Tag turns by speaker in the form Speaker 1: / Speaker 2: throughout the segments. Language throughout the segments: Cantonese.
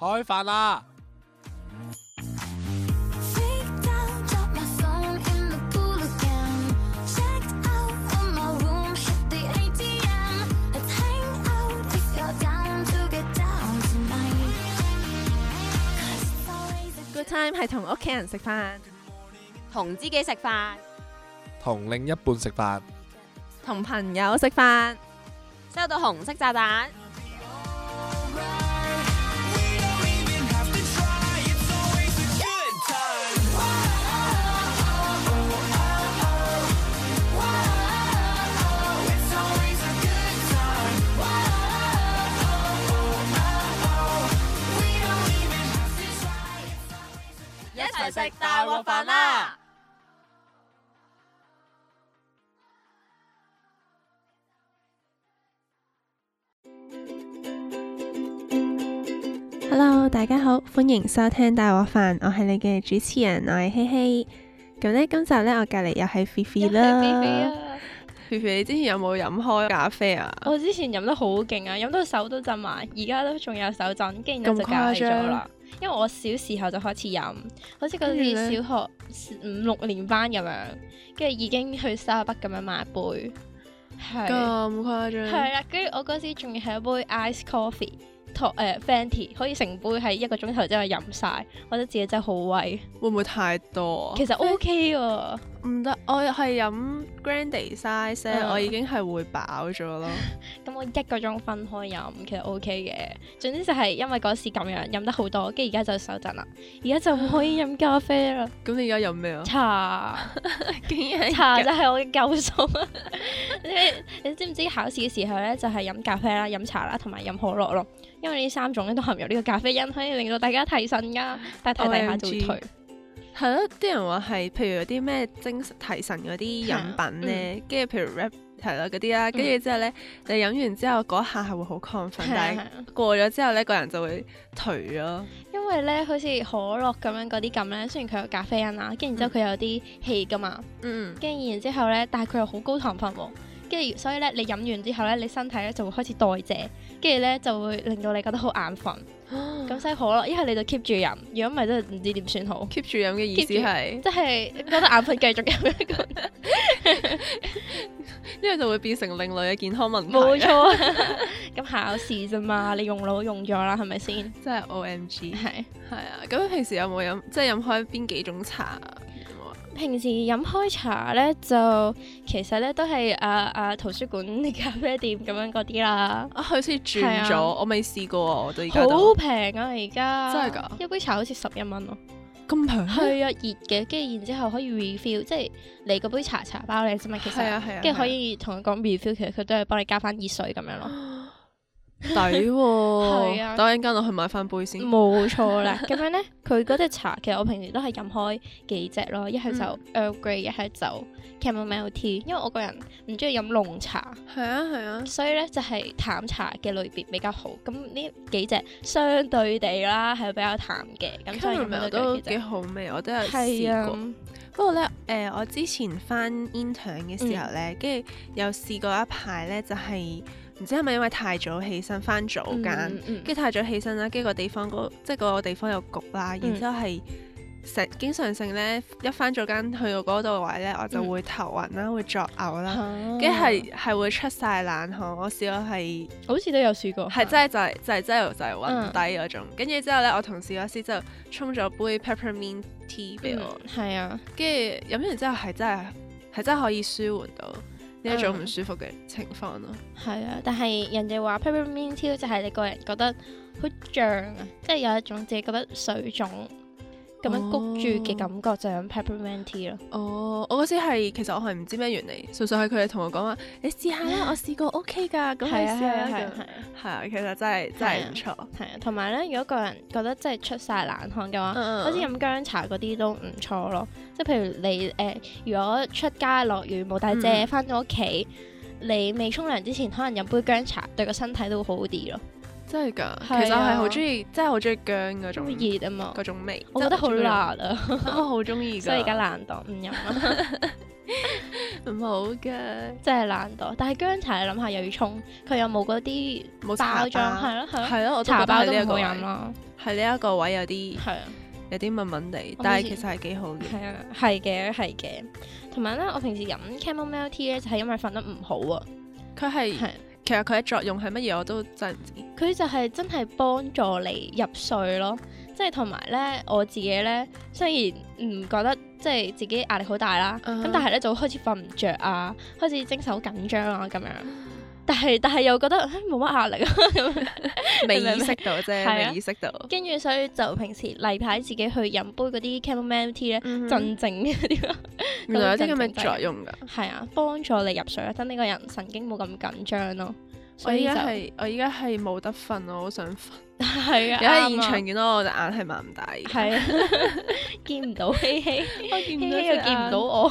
Speaker 1: 開飯啦！
Speaker 2: Freaked out, dropped my phone in the pool again. Checked out of my room, hit the ATM. Let's hang out if you're down to get down tonight. 'Cause it's always a
Speaker 3: Good time 係同屋企人食飯，
Speaker 4: 同知己食飯，
Speaker 1: 同另一半食飯，
Speaker 3: 同朋友食飯，
Speaker 4: 收到紅色炸彈。
Speaker 2: Oh, oh,
Speaker 4: 一齊食大鑊飯啦！
Speaker 3: Hello，大家好，歡迎收聽大鑊飯，我係你嘅主持人，我係希希。咁呢，今集呢，我隔離又係肥肥
Speaker 5: 啊
Speaker 3: 啦。
Speaker 4: 啊
Speaker 3: 肥肥，你之前有冇飲開咖啡啊？
Speaker 5: 我之前飲得好勁啊，飲到手都震埋，而家都仲有手震，跟住就
Speaker 3: 咁
Speaker 5: 戒
Speaker 3: 誇張
Speaker 5: 咗啦。因為我小時候就開始飲，好似嗰
Speaker 3: 跟住
Speaker 5: 啲小學五六年班咁樣，跟住已經去沙北咁樣買杯，係
Speaker 3: 咁誇
Speaker 5: 係啦。跟住我嗰時仲要係一杯 ice coffee，托誒 Fenty，可以成杯喺一個鐘頭之後飲晒。我覺得自己真係好威。
Speaker 6: 會唔會太
Speaker 3: 哦
Speaker 6: 多啊？
Speaker 5: 其實 OK 喎，
Speaker 6: 唔得，我係飲 grande size 咧，
Speaker 5: 嗯
Speaker 6: 我已經係會飽咗咯。
Speaker 5: 咁我一個鐘分開飲，其實 O K 嘅。總之就係因為嗰時咁樣飲得好多，跟住而家就手震啦，而家就唔可以飲咖啡啦。
Speaker 6: 咁你而家飲咩啊？
Speaker 5: 茶
Speaker 6: 竟然
Speaker 5: 茶就係我嘅救贖。 你你知唔知考試嘅時候咧，就係、飲咖啡啦、飲茶啦，同埋飲可樂咯。因為呢三種咧都含有呢個咖啡因，可以令到大家提神噶。但係提提下就會
Speaker 6: OMG
Speaker 5: 退。
Speaker 6: 係咯，啲人話係，譬如有啲咩精神提神嗰啲飲品咧，跟住譬如 rap 係啦嗰啲啦，跟住之後咧，你飲完之後嗰一下嗯係會啊好亢奮，但係
Speaker 5: 係啊
Speaker 6: 過咗之後咧，個人就會頹咯。
Speaker 5: 因為咧，好似可樂咁樣嗰啲咁咧，雖然佢有咖啡因啦，跟住然之後佢有啲氣噶嘛。
Speaker 6: 嗯，
Speaker 5: 跟住然之後咧，但係佢又好高糖分喎。跟住所以咧，你飲完之後咧，你身體咧就會開始代謝，跟住咧就會令到你覺得好眼瞓。咁所以可樂，一係你就 keep 住飲，如果唔係真係唔知點算好。
Speaker 6: keep 住飲嘅意思
Speaker 5: keep 住
Speaker 6: 係，
Speaker 5: 即係覺得眼瞓繼續飲一個，
Speaker 6: 呢個就會變成另類嘅健康問題。
Speaker 5: 冇，錯。啊 咁考試啫嘛，你用腦用咗啦，係咪 先？
Speaker 6: 真係 O M G。
Speaker 5: 係。
Speaker 6: 係啊，咁平時有冇飲即係飲開邊幾種茶啊？有冇啊
Speaker 5: 平時飲開茶咧，就其實咧都係啊啊圖書館、咖啡店咁樣嗰啲啦，
Speaker 6: 啊，佢好似轉咗，
Speaker 5: 係啊
Speaker 6: 我未試過啊，我到而家
Speaker 5: 好
Speaker 6: 都
Speaker 5: 平啊！而家
Speaker 6: 真係㗎
Speaker 5: 一杯茶好似十一蚊咯。
Speaker 6: 咁平
Speaker 5: 係啊，熱嘅，跟住然之後可以 refill，即係你嗰杯茶茶包你啫嘛，其
Speaker 6: 係
Speaker 5: 實，
Speaker 6: 啊係啊，哦
Speaker 5: 跟住可以同佢講 refill，其實佢都係幫你加翻熱水咁樣咯，
Speaker 6: 係啊抵喎，
Speaker 5: 係啊
Speaker 6: 等我一陣間落去買翻杯先。
Speaker 5: 冇 錯啦。咁樣咧，佢嗰只茶其實我平時都係飲開幾隻咯，一係就
Speaker 6: 嗯
Speaker 5: Earl Grey，一係就 Chamomile Tea，因為我個人唔中意飲濃茶，
Speaker 6: 係啊係啊，
Speaker 5: 所以咧就係淡茶嘅類別比較好。咁呢幾隻相對地啦係比較淡嘅，咁所以
Speaker 6: Chamomile
Speaker 5: 飲到
Speaker 6: 都
Speaker 5: 咗幾
Speaker 6: 幾
Speaker 5: 隻。
Speaker 6: 好味，我都有
Speaker 5: 係
Speaker 6: 試
Speaker 5: 啊
Speaker 6: 過。，不過咧，誒、我之前翻 intern 嘅時
Speaker 5: 嗯
Speaker 6: 候咧，跟住、有試過一排咧，就係、唔知係咪因為太早起身翻早
Speaker 5: 嗯
Speaker 6: 間。
Speaker 5: 嗯
Speaker 6: 跟住太早起身啦，跟住個地方嗰即係嗰個地方有焗啦，
Speaker 5: 嗯
Speaker 6: 然之後係成經常性咧，一翻咗間去到嗰度位咧，我就
Speaker 5: 嗯
Speaker 6: 會頭暈啦，會作嘔啦，
Speaker 5: 嗯
Speaker 6: 跟住係係會出晒冷汗。我試過係
Speaker 5: 好嗯似都有試過，
Speaker 6: 係真係就係就係真係就係暈低嗰種。跟住之後咧，我同事嗰時就沖咗杯 peppermint tea 俾我，
Speaker 5: 嗯係啊，
Speaker 6: 跟住飲完之後係真係係真係可以舒緩到呢一種
Speaker 5: 嗯
Speaker 6: 唔舒服嘅情況咯。
Speaker 5: 係啊，但係人哋話 peppermint tea 就係你個人覺得好脹啊，即係有一種自己覺得水腫咁樣谷住嘅感覺，就係飲 peppermint tea 咯。
Speaker 6: 哦，我嗰時係其實我係唔知咩原理，純粹係佢哋同我講話，你試下 啦，我試過 OK 㗎，咁你
Speaker 5: 係啊
Speaker 6: 試
Speaker 5: 係
Speaker 6: 下
Speaker 5: 啊
Speaker 6: 啦
Speaker 5: 係啊
Speaker 6: 咁。係啊，其實真係真係唔錯。
Speaker 5: 係啊，同埋咧，如果個人覺得真係出晒冷汗嘅話，
Speaker 6: 嗯
Speaker 5: 好似飲薑茶嗰啲都唔錯咯。即係譬如你誒、呃如果出街落雨冇帶遮，
Speaker 6: 嗯
Speaker 5: 翻到屋企。你未沖涼之前，可能飲杯薑茶對個身體都會好啲咯，
Speaker 6: 真係㗎。
Speaker 5: 係啊
Speaker 6: 其實我係好中意，真係好中意薑嗰
Speaker 5: 因
Speaker 6: 種
Speaker 5: 為熱啊嘛
Speaker 6: 嗰。種味。
Speaker 5: 我覺得好
Speaker 6: 真係
Speaker 5: 辣
Speaker 6: 好中
Speaker 5: 啊，
Speaker 6: 意飲，我好中意㗎。
Speaker 5: 所以而家懶惰唔飲啦。
Speaker 6: 唔好嘅，
Speaker 5: 真係懶惰。但係薑茶你諗下又要沖，佢又冇嗰啲
Speaker 6: 冇茶
Speaker 5: 包裝，
Speaker 6: 包
Speaker 5: 係咯係咯，
Speaker 6: 係咯，我都
Speaker 5: 茶
Speaker 6: 覺得
Speaker 5: 包
Speaker 6: 係
Speaker 5: 都
Speaker 6: 呢一
Speaker 5: 唔
Speaker 6: 個
Speaker 5: 好
Speaker 6: 位
Speaker 5: 飲。啦。
Speaker 6: 係呢一個位有啲
Speaker 5: 係啊。
Speaker 6: 有啲悶悶地，
Speaker 5: 我
Speaker 6: 但
Speaker 5: 好
Speaker 6: 係
Speaker 5: 似
Speaker 6: 其實係幾好嘅。
Speaker 5: 係啊，係嘅，係嘅。同埋咧，我平時飲 chamomile tea 咧，就係因為瞓得唔好啊。
Speaker 6: 佢係
Speaker 5: 係，
Speaker 6: 其實佢嘅作用係乜嘢我都真係唔知。
Speaker 5: 佢就係真係幫助你入睡咯。即係同埋咧，我自己咧，雖然唔覺得即係自己壓力好大啦，咁、
Speaker 6: 嗯哼
Speaker 5: 但係咧就會開始瞓唔着啊，開始精神好緊張啊咁樣。但係但係又覺得唉冇乜壓力啊咁樣。
Speaker 6: 未
Speaker 5: 明唔
Speaker 6: 意
Speaker 5: 明
Speaker 6: 識到啫，
Speaker 5: 係啊
Speaker 6: 未意識到。
Speaker 5: 跟住所以就平時例牌自己去飲杯嗰啲 chamomile tea 咧，
Speaker 6: 嗯哼
Speaker 5: 鎮靜嗰 啲咯。
Speaker 6: 原來有啲咁
Speaker 5: 鎮靜
Speaker 6: 嘅
Speaker 5: 劑
Speaker 6: 作用㗎。
Speaker 5: 係啊，幫助你入睡啊，等呢個人神經冇咁緊張咯。
Speaker 6: 我
Speaker 5: 所
Speaker 6: 而
Speaker 5: 以就
Speaker 6: 家係我而家係冇得瞓，我好想瞓。
Speaker 5: 係啊，
Speaker 6: 而家喺
Speaker 5: 啱
Speaker 6: 現
Speaker 5: 啊
Speaker 6: 場見到我隻眼係擘唔大嘅，
Speaker 5: 係啊， 見唔到希希，希
Speaker 6: 我 見
Speaker 5: 希
Speaker 6: 唔到隻
Speaker 5: 又見唔
Speaker 6: 眼
Speaker 5: 到。 我，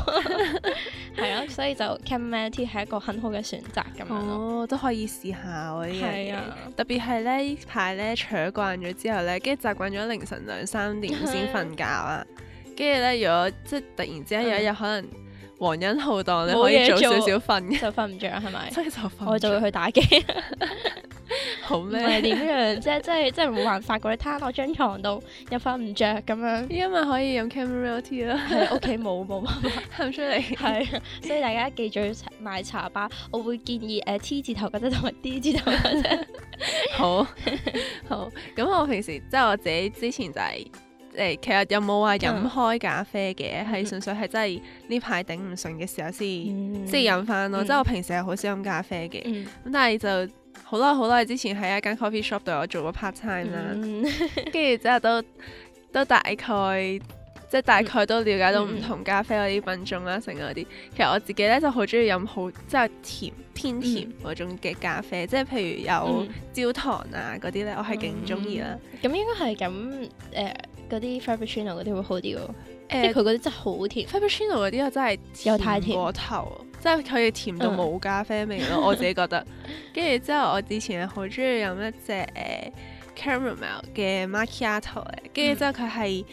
Speaker 5: 係咯，所以就 Camel T 係一個很好嘅選擇咁樣咯。
Speaker 6: 哦，都可以試下喎呢樣
Speaker 5: 係
Speaker 6: 嘢。
Speaker 5: 啊，
Speaker 6: 特別係咧呢排咧扯慣咗之後咧，跟住習慣咗凌晨兩三 點先瞓覺啊。跟住咧，如果即係突然之間有一日可能皇恩浩蕩，你
Speaker 5: 冇
Speaker 6: 可以
Speaker 5: 嘢
Speaker 6: 早
Speaker 5: 做
Speaker 6: 少少瞓嘅，
Speaker 5: 就瞓唔着係咪？
Speaker 6: 所以就瞓。
Speaker 5: 我就會去打機，
Speaker 6: 好
Speaker 5: 唔係
Speaker 6: 咩？
Speaker 5: 點樣啫？即係即係冇辦法，嗰啲攤落張床度又瞓唔着咁 樣。
Speaker 6: 依家咪可以飲 Camera Tea 啦，
Speaker 5: 係啊屋企冇冇辦法，
Speaker 6: 喊出嚟。
Speaker 5: 係啊，所以大家記住去買茶吧。我會建議誒 T 字頭嗰隻同埋 D 字頭嗰隻，
Speaker 6: 好 好，咁我平時即係我自己之前就係、誒，其實有冇話飲
Speaker 5: 嗯
Speaker 6: 開咖啡嘅？係
Speaker 5: 嗯
Speaker 6: 純粹係真係呢排頂唔順嘅時候先
Speaker 5: 即
Speaker 6: 先飲翻咯。
Speaker 5: 嗯
Speaker 6: 即係我平時係好少飲咖啡嘅，咁、
Speaker 5: 嗯
Speaker 6: 但係就好耐好耐之前喺一間 coffee shop 度我做咗 part time 啦，
Speaker 5: 嗯
Speaker 6: 跟住之後都都大概即係大概都了解到
Speaker 5: 嗯
Speaker 6: 唔同咖啡嗰啲品種啦，成嗰啲。其實我自己咧就好中意飲好即係甜偏甜嗰種嘅咖啡，即係譬如有。
Speaker 5: 嗯
Speaker 6: 焦糖啊嗰啲咧，我係勁中意啦。
Speaker 5: 咁應該係咁誒嗰啲 frappuccino 嗰啲會好啲喎，即
Speaker 6: 誒
Speaker 5: 係佢嗰啲真係好甜。
Speaker 6: ，Frappuccino 嗰啲我真係
Speaker 5: 又太甜
Speaker 6: 過頭，即係佢甜到冇咖啡味咯。我自己覺得。跟住之後，我之前係好中意飲一隻誒 caramel 嘅 macchiato 嘅，跟住之後佢係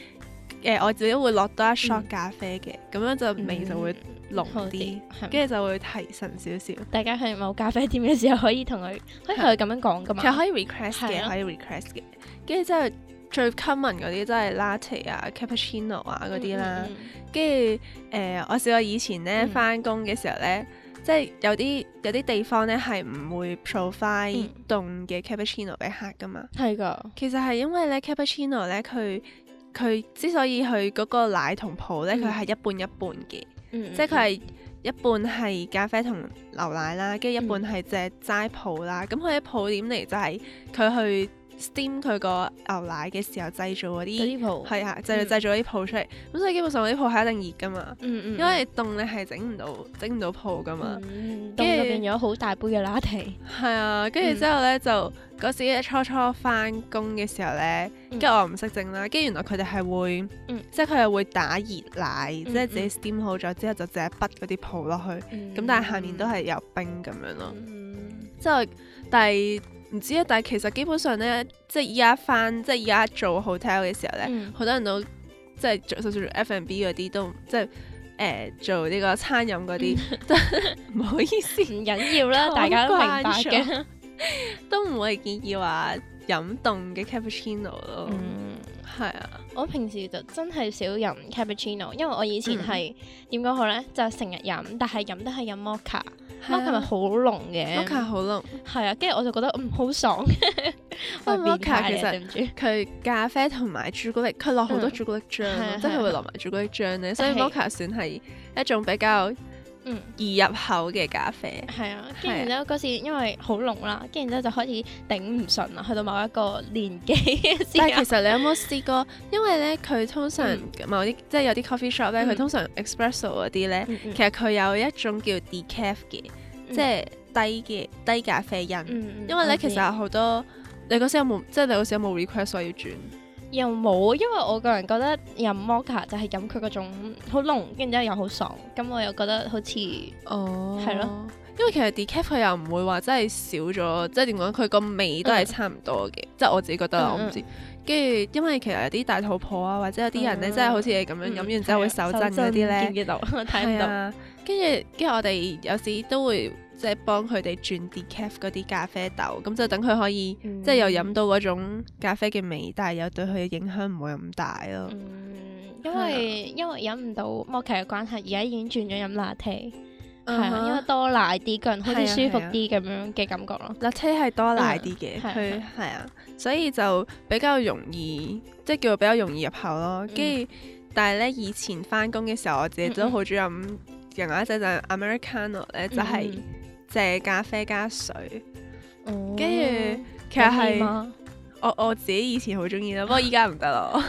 Speaker 6: 誒我自己會落多一 shot
Speaker 5: 嗯
Speaker 6: 咖啡嘅，咁樣就味就會濃
Speaker 5: 好
Speaker 6: 啲
Speaker 5: 啲，係
Speaker 6: 跟住就會提神少少。
Speaker 5: 大家去某咖啡店嘅時候可以同佢可以同佢咁樣講噶嘛
Speaker 6: 其。實可以 request
Speaker 5: 係
Speaker 6: 嘅，
Speaker 5: 咯
Speaker 6: 可以 request 嘅。跟住之後最 common 嗰啲真係 latte 啊、cappuccino 啊嗰啲啦。
Speaker 5: 嗯，嗯
Speaker 6: 跟住誒，我試過以前咧
Speaker 5: 嗯
Speaker 6: 翻工嘅時候咧，即係有啲有啲地方咧係唔會 provide 凍嘅 cappuccino 俾客噶嘛。
Speaker 5: 嗯係噶，
Speaker 6: 其實係因為咧 cappuccino 咧佢佢之所以佢嗰個奶同泡咧，
Speaker 5: 嗯
Speaker 6: 佢係一半一半嘅，
Speaker 5: 即
Speaker 6: 即係佢係一半係咖啡同牛奶啦，跟住一半
Speaker 5: 嗯
Speaker 6: 係隻齋泡啦。咁佢嘅泡點嚟就係佢去 steam 佢個牛奶嘅時候製造嗰
Speaker 5: 嗯嗰
Speaker 6: 啲
Speaker 5: 啲鋪，
Speaker 6: 係啊，製
Speaker 5: 嗯
Speaker 6: 造製造啲泡出嚟。咁所以基本上嗰啲泡係一定熱噶嘛。
Speaker 5: 嗯嗯，
Speaker 6: 因為凍你係整唔到整唔到泡噶嘛，
Speaker 5: 嗯
Speaker 6: 跟
Speaker 5: 凍
Speaker 6: 住
Speaker 5: 就變咗好大杯嘅 latte，
Speaker 6: 係、啊，跟
Speaker 5: 嗯
Speaker 6: 住之後咧、就嗰時一初初翻工嘅時候咧，跟住我唔識整啦，跟住原來佢哋係會，
Speaker 5: 嗯
Speaker 6: 即係佢係會打熱奶，即係自己
Speaker 5: 嗯
Speaker 6: steam 好咗之後就淨係滗嗰啲泡落去，咁、
Speaker 5: 咁
Speaker 6: 但係下面都係有冰咁樣咯，
Speaker 5: 嗯
Speaker 6: 之後但係唔知啊，但係其實基本上咧，即係依家翻即係依家做 hotel 嘅時候咧，
Speaker 5: 嗯
Speaker 6: 好多人都即係做做做 F&B 嗰啲都即係誒、呃做呢個餐飲嗰啲，
Speaker 5: 嗯
Speaker 6: 唔好意思。
Speaker 5: 唔緊要啦，大家都明白嘅。
Speaker 6: 都唔會建議話飲凍嘅 cappuccino 咯，
Speaker 5: 嗯
Speaker 6: 係、啊，
Speaker 5: 我平時就真係少飲 cappuccino，因為我以前係點講好咧，就係成日飲，但係飲都係飲 mocha，mocha
Speaker 6: 啊
Speaker 5: 咪好濃嘅
Speaker 6: mocha 好濃，
Speaker 5: 係啊，跟住我就覺得嗯 好爽，
Speaker 6: 不過 mocha 哦其實
Speaker 5: 我係變態嚟對唔住，
Speaker 6: 佢咖啡同埋朱古力，佢落好多
Speaker 5: 嗯
Speaker 6: 朱古力醬
Speaker 5: 係
Speaker 6: 咯，
Speaker 5: 啊
Speaker 6: 即係
Speaker 5: 係啊
Speaker 6: 佢會落埋朱古力醬咧，所以
Speaker 5: 係
Speaker 6: mocha 算係一種比較
Speaker 5: 嗯
Speaker 6: 易入口嘅咖啡。
Speaker 5: 係啊，跟住然之後嗰時因為好濃啦，跟住然之後就開始頂唔順啊啦，去到某一個年紀嘅時
Speaker 6: 但係
Speaker 5: 候，
Speaker 6: 其實你有冇試過？因為咧，佢通常
Speaker 5: 啊嗯
Speaker 6: 某啲即係有啲 coffee shop 咧，佢
Speaker 5: 嗯
Speaker 6: 通常 espresso 嗰啲咧，
Speaker 5: 嗯嗯
Speaker 6: 其實佢有一種叫 decaf 嘅，即係低嘅低咖啡因。
Speaker 5: 嗯
Speaker 6: 因為咧，
Speaker 5: 我
Speaker 6: 其
Speaker 5: 知
Speaker 6: 實有好多你嗰時有冇，即係你嗰時有冇 request 話要轉？
Speaker 5: 又冇，因為我個人覺得飲 mocha 就係飲佢嗰種好濃，跟住之後又好爽，咁我又覺得好似
Speaker 6: 哦
Speaker 5: 係咯。
Speaker 6: 因為其實 decaf 佢又唔會話真係少咗，即係點講？佢個味都係差唔多嘅，即係我自己覺得啦，我
Speaker 5: 嗯
Speaker 6: 唔知。跟住因為其實有啲大肚婆啊，或者有啲人咧，
Speaker 5: 嗯啊
Speaker 6: 真係好似你咁樣飲完之後會手震嗰啲咧
Speaker 5: 見，唔見到？我睇唔
Speaker 6: 係
Speaker 5: 到。
Speaker 6: 啊。跟住跟住我哋有時都會即係幫佢哋轉 decaf 嗰啲咖啡豆，咁就等佢可以、
Speaker 5: 嗯
Speaker 6: 即係又飲到嗰種咖啡嘅味，但係又對佢嘅影響唔會咁大咯。
Speaker 5: 嗯，因
Speaker 6: 啊
Speaker 5: 為因為飲唔到摩奇嘅關係，而家已經轉咗飲拿鐵，係
Speaker 6: 嗯
Speaker 5: 啊，
Speaker 6: 哼
Speaker 5: 因為多奶啲，個人好似
Speaker 6: 係啊
Speaker 5: 舒服
Speaker 6: 係啊
Speaker 5: 啲咁樣嘅感覺咯。
Speaker 6: 辣車係多奶啲嘅，
Speaker 5: 嗯係啊
Speaker 6: 佢係啊，所以就比較容易，即係叫做比較容易入口咯。跟住，但係咧以前翻工嘅時候，我自己
Speaker 5: 嗯
Speaker 6: 都
Speaker 5: 嗯
Speaker 6: 好中意飲，另外一隻就係 Americano 咧，就
Speaker 5: 嗯
Speaker 6: 係啊借咖啡加水。
Speaker 5: 跟
Speaker 6: 跟住其實係我我自己以前好中意啦，不過依家唔得咯，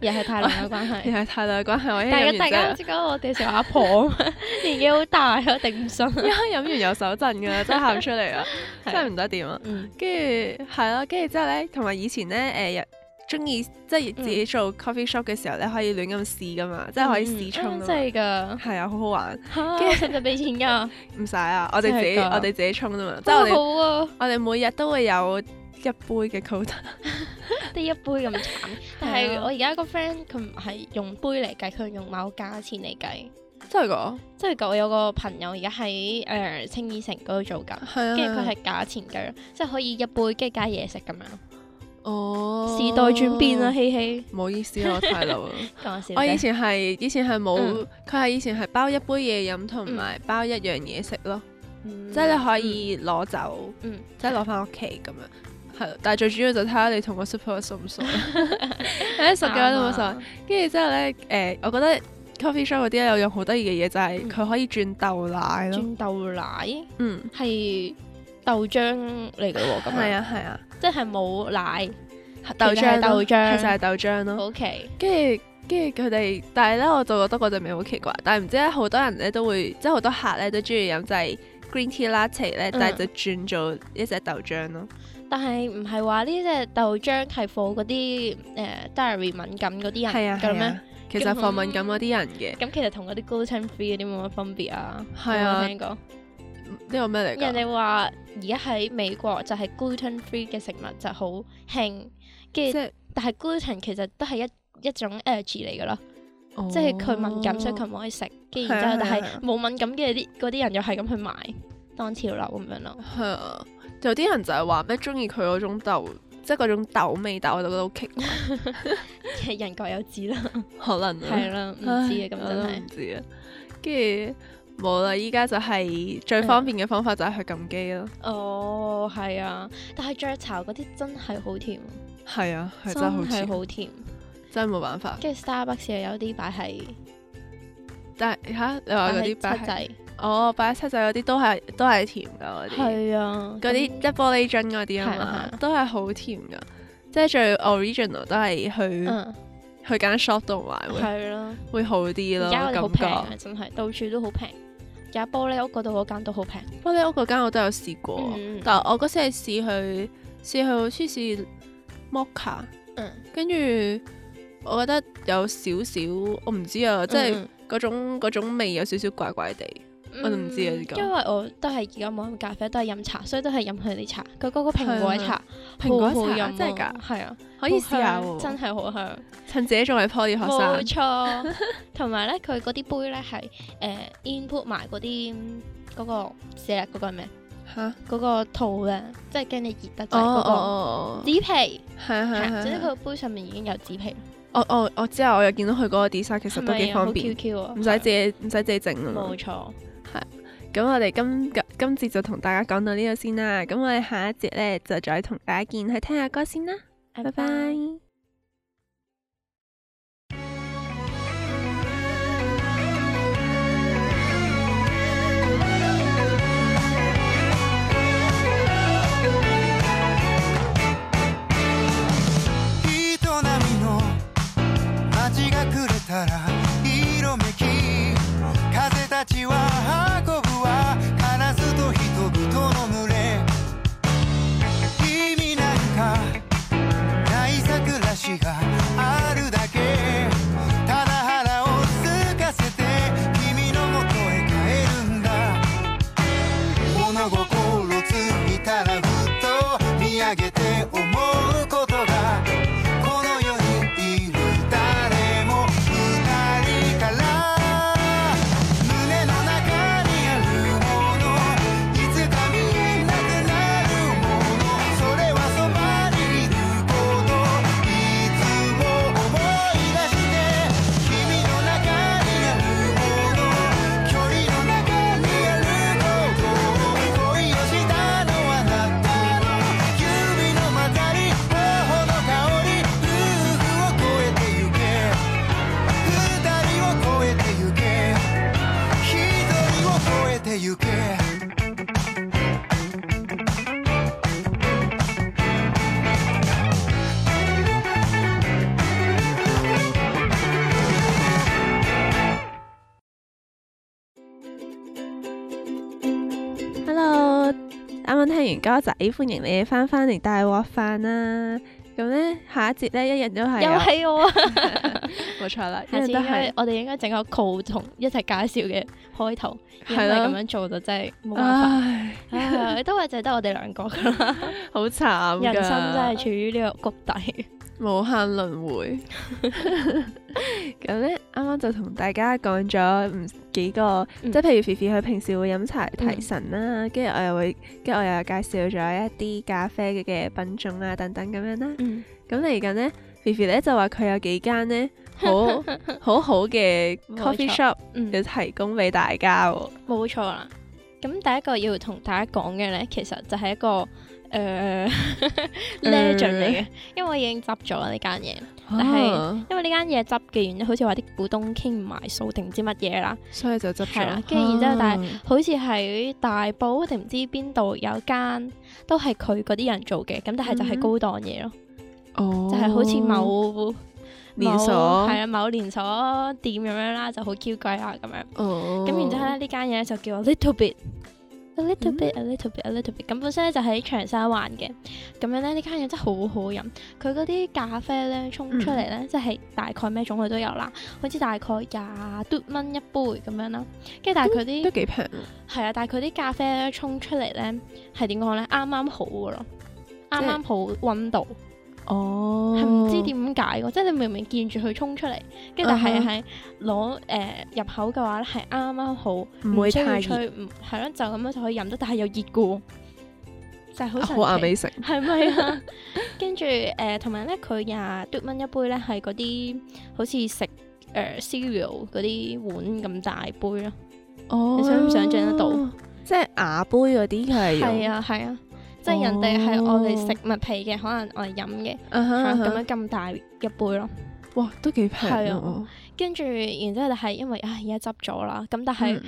Speaker 5: 又係太濃嘅關
Speaker 6: 又
Speaker 5: 係。
Speaker 6: 係太耐關係，我一
Speaker 5: 大
Speaker 6: 飲
Speaker 5: 家大
Speaker 6: 完
Speaker 5: 家
Speaker 6: 真
Speaker 5: 好
Speaker 6: 係
Speaker 5: 似覺得我哋成阿婆咁， 年紀好大咯，頂唔順。
Speaker 6: 一飲完有手震㗎啦，真係喊出嚟啊，
Speaker 5: 係
Speaker 6: 真係唔得掂啊！
Speaker 5: 嗯
Speaker 6: 跟住係咯，跟住之後咧，同埋以前咧誒，中意即係自己做 coffee shop 嘅時候咧，可以亂咁試噶嘛，即係可以試沖
Speaker 5: 嗯嗯
Speaker 6: 啊
Speaker 5: 真
Speaker 6: 嘛。
Speaker 5: 係 㗎。
Speaker 6: 係啊，好好玩，
Speaker 5: 嚇
Speaker 6: 跟住
Speaker 5: 使唔使俾錢㗎？
Speaker 6: 唔使啊！我哋自己
Speaker 5: 真係㗎
Speaker 6: 我哋自己沖啊 嘛，即係我哋
Speaker 5: 好好啊，
Speaker 6: 我哋每日都會有一杯嘅 quota，
Speaker 5: 得一杯咁慘。但係
Speaker 6: 係啊
Speaker 5: 我而家個 friend 佢唔係用杯嚟計，佢用某價錢嚟計。
Speaker 6: 真係㗎，
Speaker 5: 即係我有個朋友而家喺誒青衣城嗰度做緊，
Speaker 6: 係啊，
Speaker 5: 跟住佢係價錢計，即係可以一杯跟住加嘢食咁樣。
Speaker 6: 哦
Speaker 5: 時代轉變啦，，希希。
Speaker 6: 唔好意思啊，我太老啦。
Speaker 5: 講笑啫。
Speaker 6: 我以前係以前係冇
Speaker 5: 嗯，
Speaker 6: 佢係以前係包一杯嘢飲同埋包一樣嘢食咯，即係你可以攞走。
Speaker 5: 嗯
Speaker 6: 即係攞翻屋企咁樣，係咯。但係最主要就睇下你同個 super 熟唔熟， 有啲熟嘅話都冇所
Speaker 5: 啊
Speaker 6: 謂。跟住之後咧，誒、我覺得 coffee shop 嗰啲咧有樣好得意嘅嘢就係佢可以轉豆奶咯。
Speaker 5: 嗯轉豆奶
Speaker 6: 嗯，
Speaker 5: 係豆漿嚟嘅喎，咁
Speaker 6: 係
Speaker 5: 樣
Speaker 6: 啊係啊，
Speaker 5: 即係冇奶
Speaker 6: 豆
Speaker 5: 其
Speaker 6: 漿
Speaker 5: 實係
Speaker 6: 咯
Speaker 5: 豆漿
Speaker 6: 其實係豆漿咯。
Speaker 5: O K，
Speaker 6: 跟住跟住佢哋，但係咧我就覺得嗰陣味好奇怪，但係唔知咧好多人咧都會，即係好多客咧都中意飲就係 green tea latte 咧，
Speaker 5: 嗯
Speaker 6: 但係就轉做一隻豆漿咯。
Speaker 5: 但係唔係話呢隻豆漿係 for 嗰啲誒 diary 敏感嗰啲
Speaker 6: 係
Speaker 5: 人
Speaker 6: 啊
Speaker 5: 咁
Speaker 6: 係
Speaker 5: 咩
Speaker 6: 啊？，其實放敏感嗰啲人嘅
Speaker 5: 咁其實同嗰啲 gluten free 嗰啲冇乜分別啊，
Speaker 6: 係啊
Speaker 5: 有冇聽過。
Speaker 6: 呢個咩嚟㗎
Speaker 5: 嗯人？哋話而家喺美國就係 gluten free 嘅食物就好興，跟
Speaker 6: 即
Speaker 5: 住
Speaker 6: 係
Speaker 5: 但係 gluten 其實都係一一種 energy 嚟㗎啦，即係佢敏感，所以佢唔可以食。跟住然之後，
Speaker 6: 哦係啊
Speaker 5: 但
Speaker 6: 係啊
Speaker 5: 係冇敏感嘅啲嗰啲人又係咁去買，當潮流咁樣咯。
Speaker 6: 係啊，有啲人就係話咩中意佢嗰種豆，即係嗰種豆味，但我就覺得好奇 怪，
Speaker 5: 其實人各有志啦，
Speaker 6: 可能啊
Speaker 5: 係啦，唔知啊，咁
Speaker 6: 唉我
Speaker 5: 真
Speaker 6: 都
Speaker 5: 係
Speaker 6: 唔。知啊。跟住冇啦，依家就係最
Speaker 5: 嗯
Speaker 6: 方便嘅方法就係去撳機咯。
Speaker 5: 哦，係啊，但係雀巢嗰啲真係好甜，
Speaker 6: 係啊，係
Speaker 5: 真
Speaker 6: 真係好
Speaker 5: 係
Speaker 6: 似，
Speaker 5: 好甜。
Speaker 6: 真係冇辦法。
Speaker 5: 跟住 Starbucks 又有啲擺喺
Speaker 6: 但係吓你話
Speaker 5: 擺
Speaker 6: 嗰
Speaker 5: 喺
Speaker 6: 啲擺
Speaker 5: 七
Speaker 6: 喺，
Speaker 5: 仔，
Speaker 6: 哦，擺喺七仔嗰啲都係都係甜㗎嗰啲，
Speaker 5: 係啊，
Speaker 6: 嗰啲
Speaker 5: 咁
Speaker 6: 一玻璃樽嗰啲啊
Speaker 5: 係啊係
Speaker 6: 嘛
Speaker 5: 啊，
Speaker 6: 都係好甜㗎。即係最 original 都係去
Speaker 5: 嗯
Speaker 6: 去間 shop 度買會
Speaker 5: 係咯。
Speaker 6: 會好啲
Speaker 5: 而家我哋好
Speaker 6: 咯，
Speaker 5: 平
Speaker 6: 感
Speaker 5: 啊
Speaker 6: 覺。，
Speaker 5: 真係到處都好平。而家玻璃屋嗰度嗰間都好平，
Speaker 6: 玻璃屋嗰間我都有試過，
Speaker 5: 嗯
Speaker 6: 但我嗰次係試去試去好似試 mocha，
Speaker 5: 嗯
Speaker 6: 跟住我覺得有少少我唔知啊，即係
Speaker 5: 嗯
Speaker 6: 嗰種嗰種味有少少怪怪地，我都唔知啊呢個
Speaker 5: 因為我都係而家冇飲咖啡，都係飲茶，所以都係飲佢啲茶。佢嗰個蘋果
Speaker 6: 係
Speaker 5: 茶，
Speaker 6: 蘋果
Speaker 5: 好好
Speaker 6: 茶
Speaker 5: 飲啊
Speaker 6: 真係㗎，
Speaker 5: 係啊，
Speaker 6: 可以試下
Speaker 5: 好香真
Speaker 6: 喎，
Speaker 5: 係好香，
Speaker 6: 趁自己仲係 poly 學
Speaker 5: 冇
Speaker 6: 生，
Speaker 5: 錯。同埋咧，佢嗰啲杯咧係誒 input 埋嗰啲嗰個寫嗰個係咩？
Speaker 6: 嚇
Speaker 5: 嗰個套咧，即係驚你熱得
Speaker 6: 哦
Speaker 5: 滯
Speaker 6: 哦
Speaker 5: 嗰個
Speaker 6: 哦，哦
Speaker 5: 紙皮，
Speaker 6: 係啊係啊
Speaker 5: 係，總之佢
Speaker 6: 係啊，
Speaker 5: 個杯上面已經有紙皮，
Speaker 6: 我我我之後我又見到佢嗰個 design 其實都
Speaker 5: 係咪
Speaker 6: 幾
Speaker 5: 啊
Speaker 6: 方
Speaker 5: 好
Speaker 6: 便，嗯
Speaker 5: QQ 啊，
Speaker 6: 唔使自己唔使自己整啊嘛
Speaker 5: 冇。錯。
Speaker 6: 咁我哋今今節就同大家講到呢度先啦，咁我哋下一節呢，就再同大家見，去聽下歌先啦，拜拜。
Speaker 7: 人波の街が暮れたら色めき風たちは運ぶわカラスと人々の群れ君なんかない桜しがあるだけただ腹を空かせて君のもとへ帰るんだ物心ついたらふと見上げて思うことがこの世にいる誰も二人から胸の中にあるもの
Speaker 6: 完歌仔，歡迎你翻返嚟大鑊飯啦。咁呢，下一節呢，一人都係
Speaker 5: 又
Speaker 6: 有
Speaker 5: 係我啊！
Speaker 6: 冇錯啦，一
Speaker 5: 下
Speaker 6: 人
Speaker 5: 次
Speaker 6: 都
Speaker 5: 應該
Speaker 6: 係
Speaker 5: 我哋應該整個 call 同一齊介紹嘅開頭，如果
Speaker 6: 係
Speaker 5: 唔係
Speaker 6: 咯啊
Speaker 5: 咁樣做就真係冇辦法。
Speaker 6: 唉，
Speaker 5: 唉，都係就係得我哋兩個㗎啦，
Speaker 6: 好慘㗎
Speaker 5: 人生真係處於呢個谷底。
Speaker 6: 無限輪迴。 咁呢，啱啱就同大家講咗唔幾個，
Speaker 5: 嗯
Speaker 6: 即係譬如肥肥佢平時會飲茶提神啦，跟住、我又會，跟住我又介紹咗一啲咖啡嘅品種啊等等咁樣啦。
Speaker 5: 嗯，
Speaker 6: 咁嚟緊呢 v i v i 咧就話佢有幾間呢 好好好嘅
Speaker 5: 冇錯
Speaker 6: coffee shop
Speaker 5: 嗯
Speaker 6: 要提供俾大家喎。
Speaker 5: 冇錯啦。咁第一個要同大家講嘅呢，其實就係一個誒 legend 嚟
Speaker 6: 嗯
Speaker 5: 嘅，因為我已經執咗呢間嘢。但係
Speaker 6: 啊
Speaker 5: 因為呢間嘢執嘅原因，好似話啲股東傾唔埋數定唔知乜嘢啦，
Speaker 6: 所以就執
Speaker 5: 係啦
Speaker 6: 咗。
Speaker 5: 跟住然之後但
Speaker 6: 係
Speaker 5: 好似喺大埔定唔知邊度有間都係佢嗰啲人做嘅，咁但係就係
Speaker 6: 嗯哼
Speaker 5: 高檔嘢咯，
Speaker 6: 哦，
Speaker 5: 就係好似某
Speaker 6: 連鎖
Speaker 5: 某係啦啊某連鎖店咁樣啦，就好 Q 貴啦咁樣。
Speaker 6: 哦，
Speaker 5: 咁然之後咧，呢間嘢咧就叫 a little bit。A little bit, a little bit, a little bit。咁本身咧就喺長沙灣嘅，咁樣咧呢間嘢真係好好飲。佢嗰啲咖啡咧沖出嚟
Speaker 6: 嗯
Speaker 5: 咧，即係大概咩種類都有啦，好似大概廿嘟蚊一杯咁樣啦。跟住但係佢
Speaker 6: 都
Speaker 5: 啲
Speaker 6: 幾平，
Speaker 5: 係啊，但係佢啲咖啡咧沖出嚟咧係點講咧？啱啱好嘅咯，啱啱好温度，
Speaker 6: 哦，
Speaker 5: 係唔知點解嘅，即係你明明見住佢沖出嚟，跟住但係
Speaker 6: 嗯哼
Speaker 5: 係攞誒入口嘅話咧係啱啱好。
Speaker 6: 唔會
Speaker 5: 需要
Speaker 6: 太熱，
Speaker 5: 吹，唔係咯，就咁樣就可以飲得，但係又熱嘅喎，就係好神
Speaker 6: 好眼
Speaker 5: 奇，
Speaker 6: 美食，
Speaker 5: 係咪啊？ 跟住誒，同埋咧，佢廿嘟蚊一杯咧，係嗰啲好似食誒 cereal 嗰啲碗咁大杯咯，
Speaker 6: 哦
Speaker 5: 你想唔想像得到？
Speaker 6: 即係瓦杯嗰啲佢係
Speaker 5: 係
Speaker 6: 啊，
Speaker 5: 啊係啊，即係人哋係我哋
Speaker 6: 哦
Speaker 5: 食物皮嘅，可能我哋飲嘅
Speaker 6: 啊哈啊
Speaker 5: 嚇咁
Speaker 6: 哈
Speaker 5: 樣咁大一杯咯。
Speaker 6: 哇，都幾平
Speaker 5: 係啊
Speaker 6: 喎。
Speaker 5: 跟住然之後就係因為唉而家執咗啦，咁但係。
Speaker 6: 嗯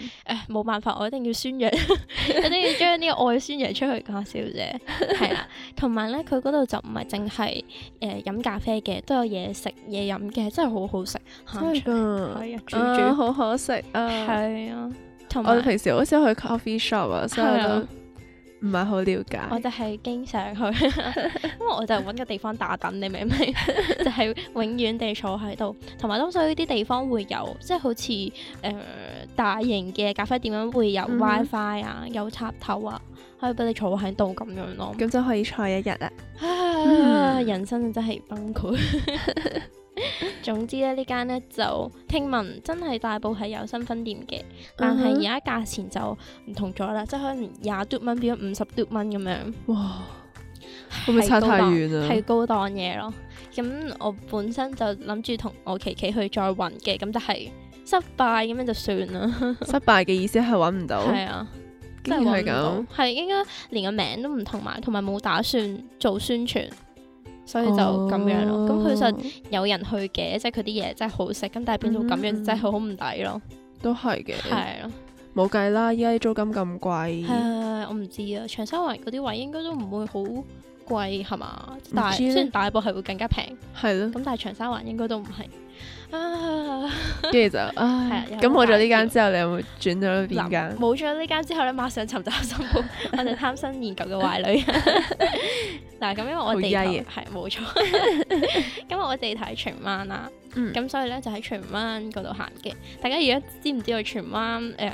Speaker 5: 誒冇辦法，我一定要宣 揚，一定要將呢個愛宣揚出去，講笑啫，係啦。同埋咧，佢嗰度就唔係淨係誒飲咖啡嘅，都有嘢食嘢飲嘅，真係好好食。行
Speaker 6: 真係
Speaker 5: 出
Speaker 6: 㗎，
Speaker 5: 係啊，煮
Speaker 6: 啊
Speaker 5: 煮
Speaker 6: 好可惜啊。
Speaker 5: 係啊，同
Speaker 6: 我哋
Speaker 5: 埋
Speaker 6: 平時好少去 coffee shop 啊，所以
Speaker 5: 係
Speaker 6: 我
Speaker 5: 啊
Speaker 6: 都唔係好了解。
Speaker 5: 我就係經常去， 因為我就揾個地方打等，你明唔明？ 就係永遠地坐喺度，同埋多數呢啲地方會有，即係好似誒、呃大型嘅咖啡店咁會有
Speaker 6: 嗯
Speaker 5: WiFi 啊，有插頭啊，可以俾你坐喺度咁樣咯。
Speaker 6: 咁就可以坐一日啦。嗯
Speaker 5: 啊！人生真係崩潰。 總之咧，呢間呢就聽聞真係大埔係有新分店嘅，
Speaker 6: 嗯
Speaker 5: 但係而家價錢就唔同咗啦，即係可能廿嘟蚊變咗五十嘟蚊咁樣，
Speaker 6: 哇！會唔會差太遠啊？
Speaker 5: 係高檔嘢咯。咁我本身就諗住同我琪琪去再揾嘅，咁但係失敗咁樣就算 啦。
Speaker 6: 失敗嘅意思係揾唔到，
Speaker 5: 係啊，
Speaker 6: 竟
Speaker 5: 真
Speaker 6: 然係
Speaker 5: 係揾唔到
Speaker 6: 咁，，
Speaker 5: 係應該連個名都唔同埋，同埋冇打算做宣傳，所以就
Speaker 6: 哦
Speaker 5: 咁樣咯。咁佢實
Speaker 6: 實
Speaker 5: 有人去嘅，即係佢啲嘢真係好食，咁但係變到咁樣
Speaker 6: 嗯嗯
Speaker 5: 真係好唔抵咯。
Speaker 6: 都係嘅，
Speaker 5: 係咯，
Speaker 6: 冇計啦！依家啲租金咁
Speaker 5: 係
Speaker 6: 貴，
Speaker 5: 啊我唔知啊，長沙灣嗰啲位應該都唔會好貴係嘛？
Speaker 6: 知
Speaker 5: 但係
Speaker 6: 咧
Speaker 5: 雖然大埔係會更加平，
Speaker 6: 係 咯，
Speaker 5: 咁但係長沙灣應該都唔係啊。
Speaker 6: 跟住就
Speaker 5: 係啊
Speaker 6: 唉
Speaker 5: 有，
Speaker 6: 咁冇咗呢間
Speaker 5: 大
Speaker 6: 之後，你有冇轉咗邊
Speaker 5: 嗱
Speaker 6: 間？
Speaker 5: 冇咗呢間之後咧，馬上尋找 新抱，我哋貪新研究嘅壞女。 嗱，咁因為我地
Speaker 6: 好
Speaker 5: 頭
Speaker 6: 曳啊
Speaker 5: 係冇錯， 因為我地頭喺荃灣啦，
Speaker 6: 嗯
Speaker 5: 咁所以咧就喺荃灣嗰度行嘅。大家而家知唔知道荃灣誒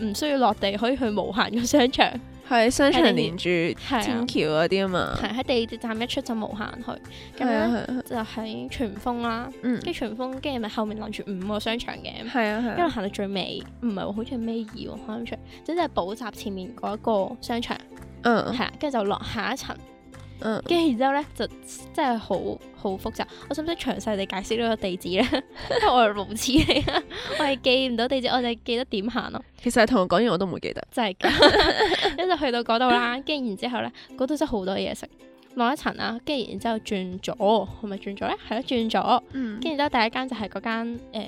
Speaker 5: 唔需要落地可以去無限嘅商場？
Speaker 6: 係商場
Speaker 5: 係
Speaker 6: 連住
Speaker 5: 係啊
Speaker 6: 天橋嗰啲啊嘛，
Speaker 5: 係喺地鐵站一出就無限去，咁
Speaker 6: 係啊
Speaker 5: 樣
Speaker 6: 係啊，
Speaker 5: 就喺荃豐啦，
Speaker 6: 嗯
Speaker 5: 跟，住荃豐跟住咪後面攬住五個商場嘅。
Speaker 6: 係啊係
Speaker 5: 一路
Speaker 6: 啊，
Speaker 5: 行到最尾，唔係喎，好似係尾二喎，行到最，即係補習前面嗰一個商場，
Speaker 6: 嗯
Speaker 5: 係啦，跟住就落下一層，
Speaker 6: 嗯，
Speaker 5: 跟住然之後咧就真係好好複雜。我使唔使詳細地解釋呢個地址咧？ 因為我係無知嚟啊，我係記唔到地址，我就係記得點行咯，
Speaker 6: 其實同我講完我都唔會記得，
Speaker 5: 就係咁。跟住去到嗰度啦，跟住然之後咧，嗰度真係好多嘢食。落一層啦，跟住然之後轉左，係咪轉左咧？係咯，轉左。
Speaker 6: 嗯
Speaker 5: 跟住之後第一間就係嗰間誒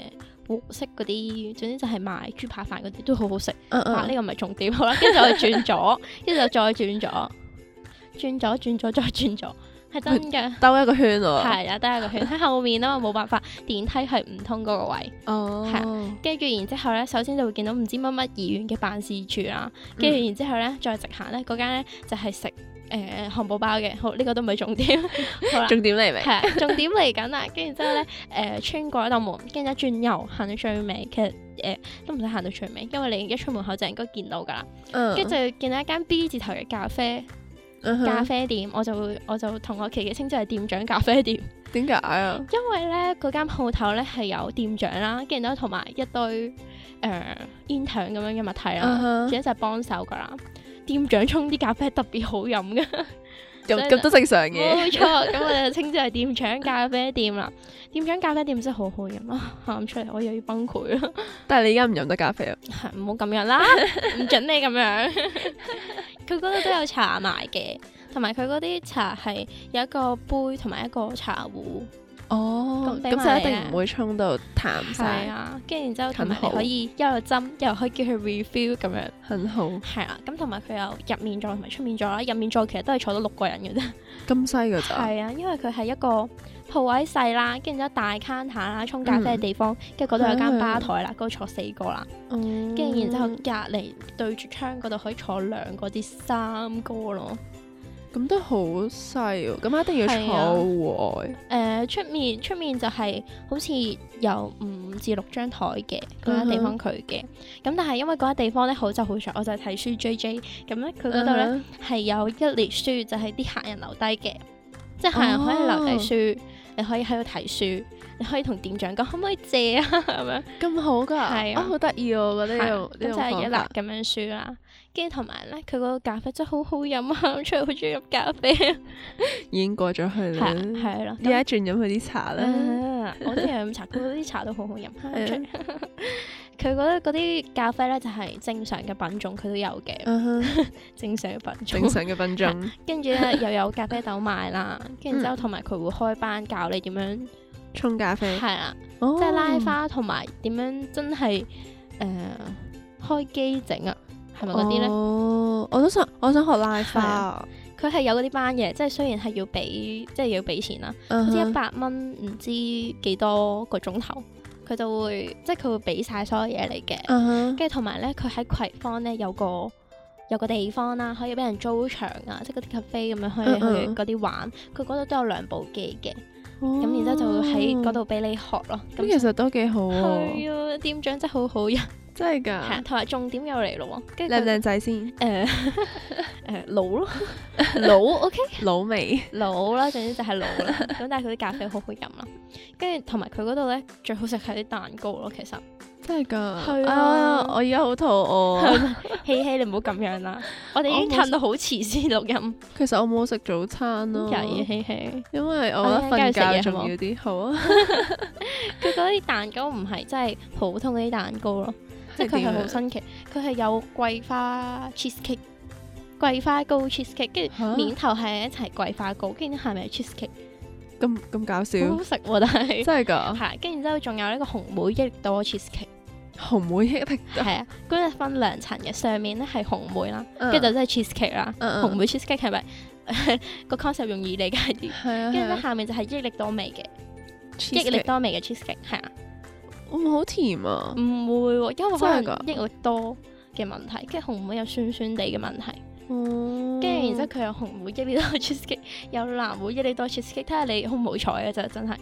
Speaker 5: 和式嗰啲，總之就係賣豬扒飯嗰啲都好好食。
Speaker 6: 嗯
Speaker 5: 啊，呢
Speaker 6: 嗯，
Speaker 5: 個唔係 重點，好啦，跟住我轉咗，跟住就再轉咗，轉咗轉咗再轉咗，係真嘅。
Speaker 6: 兜一個圈喎。
Speaker 5: 係啦，啊得一個圈喺後面啊嘛，冇辦法，電梯係唔通嗰個位。
Speaker 6: 哦，
Speaker 5: 跟住然之後咧，首先就會見到唔知乜乜議員嘅辦事處啦。
Speaker 6: 嗯
Speaker 5: 跟住然之後咧，再直行咧，嗰間咧就係食誒漢堡包嘅。好，呢、個都唔係 重點。好啦，
Speaker 6: 重點嚟未？
Speaker 5: 係啊重點嚟緊啦。跟住之後咧，誒、穿過一道門，跟住一轉右行到最尾，其實誒、呃都唔使行到最尾，因為你一出門口就應該見到㗎啦。
Speaker 6: 嗯
Speaker 5: 跟住就見到一間 B 字頭嘅咖啡
Speaker 6: 嗯哼
Speaker 5: 咖啡店，我就會我就同我琪琪稱之為店長咖啡店。
Speaker 6: 點解啊？
Speaker 5: 因為咧嗰間鋪頭咧係有店長啦，跟住咧同埋一堆誒、呃煙腸咁樣嘅物體
Speaker 6: 嗯
Speaker 5: 啦，
Speaker 6: 哼
Speaker 5: 而且就係啊幫手噶啦。店長沖啲咖啡特別好飲 嘅，所以哦
Speaker 6: 咁咁都正常嘅。
Speaker 5: 冇錯。咁我哋就稱之為店長咖啡店啦。店長咖啡店真係好好飲啊！喊出嚟我又要崩潰啊啦，
Speaker 6: 但係你而家唔飲得咖啡啊？
Speaker 5: 係唔好咁樣 啦，唔準你咁樣。佢嗰度都有茶賣嘅，同埋佢嗰啲茶係有一個杯同埋一個茶壺。
Speaker 6: 哦
Speaker 5: 咁俾
Speaker 6: 咁
Speaker 5: 埋
Speaker 6: 就一
Speaker 5: 你
Speaker 6: 定唔會沖到淡
Speaker 5: 係
Speaker 6: 晒，
Speaker 5: 啊，跟住然之後同埋
Speaker 6: 咁
Speaker 5: 你
Speaker 6: 好
Speaker 5: 可以一路斟，又可以叫佢 refill 咁樣，
Speaker 6: 很好。
Speaker 5: 係啦。咁同埋佢有入面座同埋出面座啦，入面座其實都係坐到六個人嘅啫。
Speaker 6: 咁西㗎咋？
Speaker 5: 係啊，因為佢係一個鋪位細啦，跟住之後大 counter 啦，沖咖啡嘅地方，跟住嗰度有間吧台啦，嗰度坐四個啦，
Speaker 6: 跟
Speaker 5: 跟住然之
Speaker 6: 嗯
Speaker 5: 後隔離對住窗嗰度可以坐兩個至三個咯。
Speaker 6: 咁都好細喎，咁一定要坐
Speaker 5: 係啊
Speaker 6: 戶外。
Speaker 5: 誒、出面出面就係好似有五至六張台嘅
Speaker 6: 嗯
Speaker 5: 嗰間
Speaker 6: 哼
Speaker 5: 地方佢嘅，咁、但係因為嗰間地方咧好就好在，我就係睇書 J J，咁咧佢嗰度咧
Speaker 6: 嗯
Speaker 5: 係有一列書就係啲客人留低嘅，即係客人可以留
Speaker 6: 哦
Speaker 5: 低書，你可以喺度睇書，你可以同店長講可唔可以借啊咁
Speaker 6: 哼
Speaker 5: 樣，
Speaker 6: 咁好㗎，
Speaker 5: 係
Speaker 6: 啊
Speaker 5: 啊
Speaker 6: 好得意喎！我覺得呢
Speaker 5: 係
Speaker 6: 種
Speaker 5: 咁
Speaker 6: 呢
Speaker 5: 就
Speaker 6: 種
Speaker 5: 係一
Speaker 6: 方
Speaker 5: 列
Speaker 6: 法，
Speaker 5: 咁樣書啦，跟住同埋咧佢嗰個咖啡真係好好飲啊， 我出嚟好中意飲咖啡，
Speaker 6: 已經過咗去啦。
Speaker 5: 係係啦，咁
Speaker 6: 而家轉飲佢啲茶啦，
Speaker 5: 啊我都有飲茶，佢嗰啲茶都好好飲。
Speaker 6: 嗯 係
Speaker 5: 佢嗰啲嗰啲咖啡咧就係正常嘅品種，佢都有嘅，
Speaker 6: 嗯哼
Speaker 5: 正常嘅品
Speaker 6: 正
Speaker 5: 種。
Speaker 6: 常嘅品種，
Speaker 5: 跟住咧又有咖啡豆賣啦，跟
Speaker 6: 嗯
Speaker 5: 住之後同埋佢會開班教你點樣
Speaker 6: 沖咖啡，
Speaker 5: 係啦，
Speaker 6: 哦
Speaker 5: 即係拉花同埋點樣真係誒開機整啊，係咪嗰啲咧？
Speaker 6: 哦，我都想我想學拉花啊，
Speaker 5: 佢係有嗰啲班嘅，即係雖然係要俾即係要俾錢啦，
Speaker 6: 嗯
Speaker 5: 好似一
Speaker 6: 哼
Speaker 5: 百蚊唔知幾多個鐘頭，佢就會即係佢會俾晒所有嘢你嘅。
Speaker 6: 嗯哼
Speaker 5: 跟住同埋咧，佢喺葵芳咧有個有個地方啦，可以俾人租場啊，即係嗰啲 cafe 咁樣可以
Speaker 6: 嗯嗯哦
Speaker 5: 去嗰啲玩。佢嗰度都有兩部機嘅，咁然之後就會喺嗰度俾你學咯。
Speaker 6: 咁
Speaker 5: 咁
Speaker 6: 其實都哦幾好喎，
Speaker 5: 係啊，店長真係好好人，
Speaker 6: 真係
Speaker 5: 係啊
Speaker 6: 㗎，
Speaker 5: 同埋重點又嚟咯喎，跟住
Speaker 6: 靚唔
Speaker 5: 佢
Speaker 6: 靚仔先？
Speaker 5: 誒 誒老咯，老 OK
Speaker 6: 老味，
Speaker 5: 老啦，總之就係老啦。咁但係佢啲咖啡好好飲啦，跟住同埋佢嗰度咧最好食係啲蛋糕咯，其實。
Speaker 6: 真係㗎，
Speaker 5: 係啊
Speaker 6: 啊！我而家好肚 餓，
Speaker 5: 希希，你唔好咁樣啦，我哋已經
Speaker 6: 我冇
Speaker 5: 褪到好遲先錄音，
Speaker 6: 其實我冇食早餐咯，
Speaker 5: 曳啊希希。
Speaker 6: 因為我覺得
Speaker 5: 我哋
Speaker 6: 瞓
Speaker 5: 一陣間去
Speaker 6: 覺
Speaker 5: 食嘢
Speaker 6: 重要啲，好啊，
Speaker 5: 佢嗰啲蛋糕唔係真係普通嗰啲蛋糕咯，即係佢啊係好
Speaker 6: 新，
Speaker 5: 新奇，佢係有桂花 cheesecake、桂花糕 cheesecake，跟
Speaker 6: 嚇
Speaker 5: 住面頭係一齊桂花糕，跟住下面係 cheesecake，
Speaker 6: 咁咁搞笑，
Speaker 5: 好好食喎，但係
Speaker 6: 真係㗎，
Speaker 5: 係，啊跟住之後仲有呢個紅莓益力多 cheesecake，
Speaker 6: 紅莓一滴，
Speaker 5: 係啊，嗰日分兩層嘅，上面咧係紅莓啦，
Speaker 6: 跟
Speaker 5: 跟住就真係 cheesecake 啦，
Speaker 6: 嗯嗯嗯
Speaker 5: 紅莓 cheesecake 係咪 個 concept 容易理解啲？
Speaker 6: 係啊，
Speaker 5: 跟住
Speaker 6: 係
Speaker 5: 咧
Speaker 6: 啊
Speaker 5: 下面就係益力多味嘅，益
Speaker 6: cheesecake
Speaker 5: 力多味嘅 cheesecake 係啊。
Speaker 6: 哇，好甜啊！
Speaker 5: 唔會喎，因為可
Speaker 6: 真係
Speaker 5: 能益力多嘅問題，跟住紅莓有酸酸地嘅問題，
Speaker 6: 跟
Speaker 5: 跟住然之後佢有紅莓益力多 cheesecake，有藍莓益力多 cheesecake，睇下你好唔好彩嘅就真係，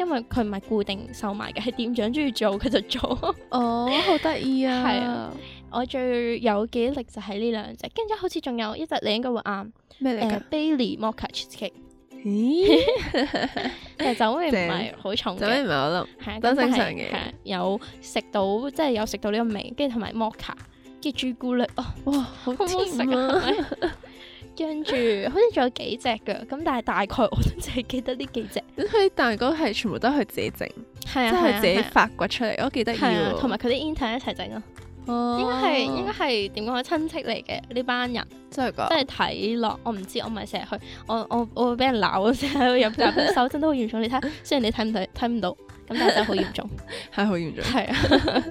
Speaker 5: 因為佢唔係固定售賣嘅，係店長中意做佢就做。
Speaker 6: 哦，好得意啊！
Speaker 5: 係啊，我最有記憶力就係呢兩隻，跟住好似仲有一隻你應該會啱，
Speaker 6: 咩嚟
Speaker 5: 誒
Speaker 6: 㗎？
Speaker 5: Bailey Mocha cheesecake，
Speaker 6: 咦，
Speaker 5: 但係呃酒味唔
Speaker 6: 正
Speaker 5: 係好重
Speaker 6: 就咩
Speaker 5: 嘅，
Speaker 6: 唔係我
Speaker 5: 係啊
Speaker 6: 都
Speaker 5: 咁但
Speaker 6: 正
Speaker 5: 係
Speaker 6: 常嘅
Speaker 5: 係啊有食到即係有食到呢個味，跟住同埋 mocha，跟住朱古力哦。
Speaker 6: 諗，哇，好
Speaker 5: 好唔好食
Speaker 6: 甜
Speaker 5: 啊
Speaker 6: 啊！
Speaker 5: 係咪？跟住好似仲有幾隻嘅，咁但係大概我都淨係記得呢幾隻，
Speaker 6: 咁佢啲蛋糕係全部都係佢自己整，即
Speaker 5: 係啊，
Speaker 6: 係佢自己
Speaker 5: 係啊
Speaker 6: 發掘出嚟，我幾得意
Speaker 5: 係啊
Speaker 6: 喎。
Speaker 5: 同埋佢啲 intern 一齊整咯，
Speaker 6: 哦，
Speaker 5: 應該係應該係點講親戚嚟嘅呢班人，
Speaker 6: 真係㗎，
Speaker 5: 即係睇落我唔知，我唔係成日去，我我我會俾人鬧，啊成日喺度飲咖啡，手真都好嚴重。你睇，雖然你睇唔睇睇唔到，咁但係真係好嚴重，
Speaker 6: 係好嚴重。
Speaker 5: 係啊。